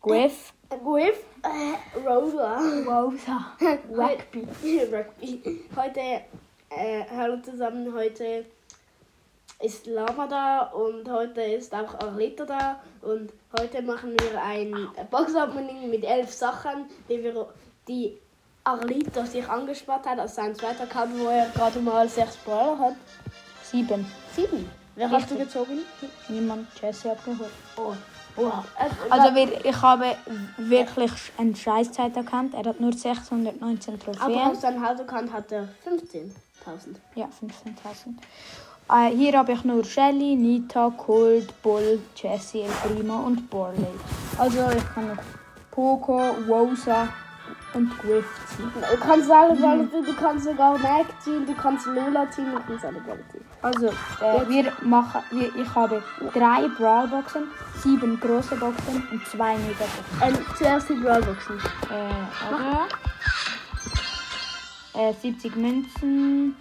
Griff, Griff, äh, Rosa. Rosa, Rugby. Rugby. Heute, äh, hallo zusammen, heute ist Lama da und heute ist auch Arlita da und heute machen wir ein Box-Opening mit elf Sachen, die, wir, die Arlita sich angespart hat aus seinem zweiten Kabel, wo er gerade mal sechs Spoiler hat. Sieben. Sieben. Wer hast du gezogen? Niemand. Jesse abgeholt. Oh. Wow. Also wir, ich habe wirklich einen Scheißzeit erkannt. Er hat nur 619 aber auf Trophäen. seinem Hauptaccount hat er 15.000. Ja, 15.000. Äh, hier habe ich nur Shelly, Nita, Colt, Bull, Jesse, El Primo und Borley. Also ich kann noch Poco, Rosa und Griff ziehen. Du kannst alle Bälle ziehen, du kannst sogar Mac ziehen, du kannst Lola ziehen, du kannst alle Bälle ziehen. Also, äh, wir machen, wir, ich habe drei Brawlboxen, sieben große Boxen und zwei Megaboxen. Ähm, zuerst die Brawlboxen. Äh, oder? Äh, 70 Münzen.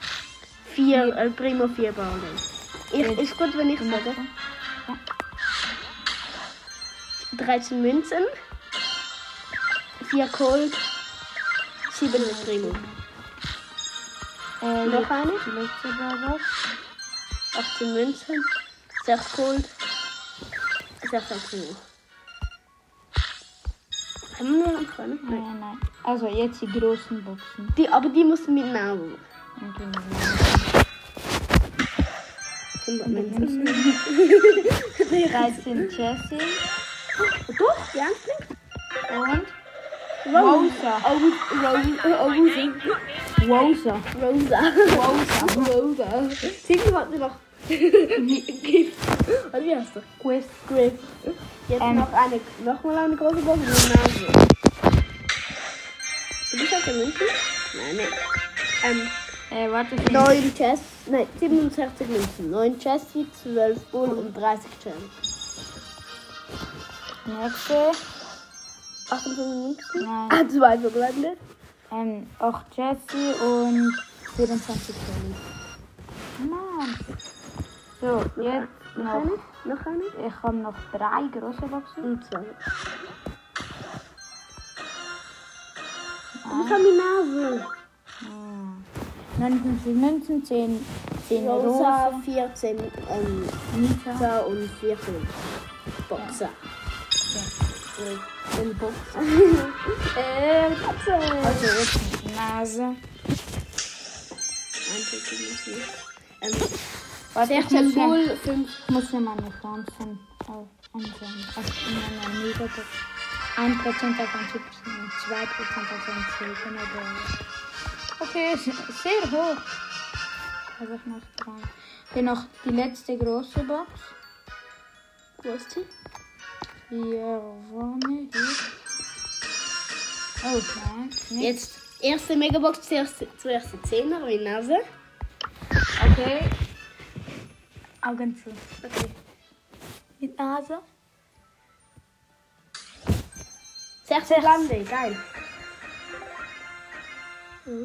Vier, äh, Primo vier Bälle. Ich, ist gut, wenn ich sage. 13 Münzen, vier Gold, sieben Primo. Äh, Noch eine? Die letzte Brawlbox. 18 Münzen, sechs Gold, sechs El Primo. Haben wir noch eine? Nein. Nein, nein. Also jetzt die großen Boxen. Die, aber die mussten mit Namen. Und äh, die 100 Münzen. Münzen. 13 Jesse Doch, ja, klingt. und Rosa. Rosa. Rosa. Rosa. Rosa. Rosa. Rosa. Sieben hatten wir noch. Griff. Und wie heißt er? Quiz. Griff. Jetzt Ähm. noch eine, noch mal eine große Bombe. Nase. Du bist aus der München? Nein, nein. Ähm, Äh, warte. ich- 9 Chess, nein, 67 Münzen. 9 Chessie, 12 Bull und 30 Chance. Nächste. 58 Münzen? Nein. Ah, zwei verbleibende. Ähm, auch Jesse und 24 Shelly. Mann. So, jetzt Noch noch. eine? Noch eine? Ich habe noch drei große Boxen. Und zwei. Ich habe die Nase. 59 Münzen, 10, 10 Rosa, Rosa, 14 ähm, Nita. Boxer und 14 Boxer. Und Boxen. Äh, Boxer. Also jetzt die Nase. Ähm, Warte, ich 16 muss ja- Bull, 5. Ich muss ja meine Pflanzen auf ansehen. Also in meiner Megabox. 1% davon Chipsen und 2% davon Silber. Okay, s- sehr hoch. Habe ich noch dran. Dann noch die letzte große Box. Wo ist die? Hier vorne. eh, Hier. Oh nein. nicht. Jetzt erste Megabox, zuerst, zuerst die 10er wie Nase. Okay. Augen zu. Okay. Mit Nase. 6 Sechs. Lande, geil.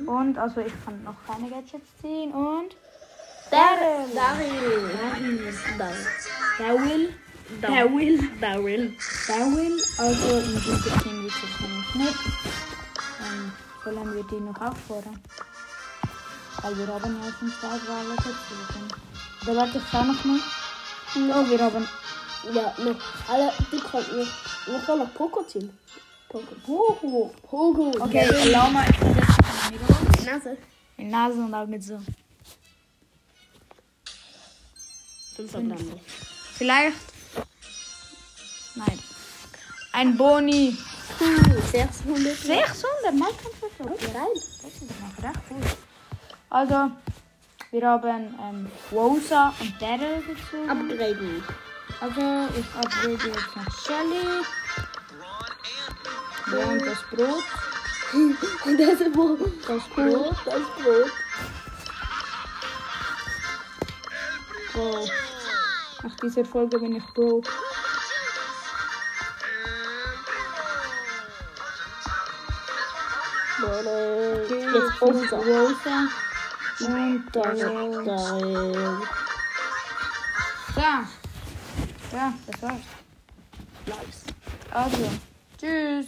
Und also ich kann noch keine Gadgets ziehen und. Daryl. Daryl. Daryl. Daryl. Daryl. Darwin, also in diesem Team ist es nämlich nicht. Ähm, wollen wir die noch auffordern? Weil wir haben ja schon zwei Wahlen gezogen. Da warte ich schau noch mal. Oh, wir haben Ja, noch. Alle, die konnten noch. Wir können noch Poco ziehen. Poco. Pogo. Poco. Okay, Lama ist jetzt in der Mitte. Nase. Mit Nase und Augen zu. Fünf Lande. Vielleicht. Nein. Ein Boni. Cool. 600. 600, mal kann ich Geil. Das ist noch recht cool. Also, wir haben ähm, Rosa und Daryl gezogen. Upgraden. Also, ich upgrade jetzt noch Shelly. Ja, und das Brot. Das ist Brot. Das Brot. Brot, das Brot. Wow. Nach dieser Folge bin ich broke. Brot. Jetzt Jetzt Rosa. Rosa. Und Daryl. Daryl. Daryl. Ja. Ja, das war's. Nice. Also, Tschüss.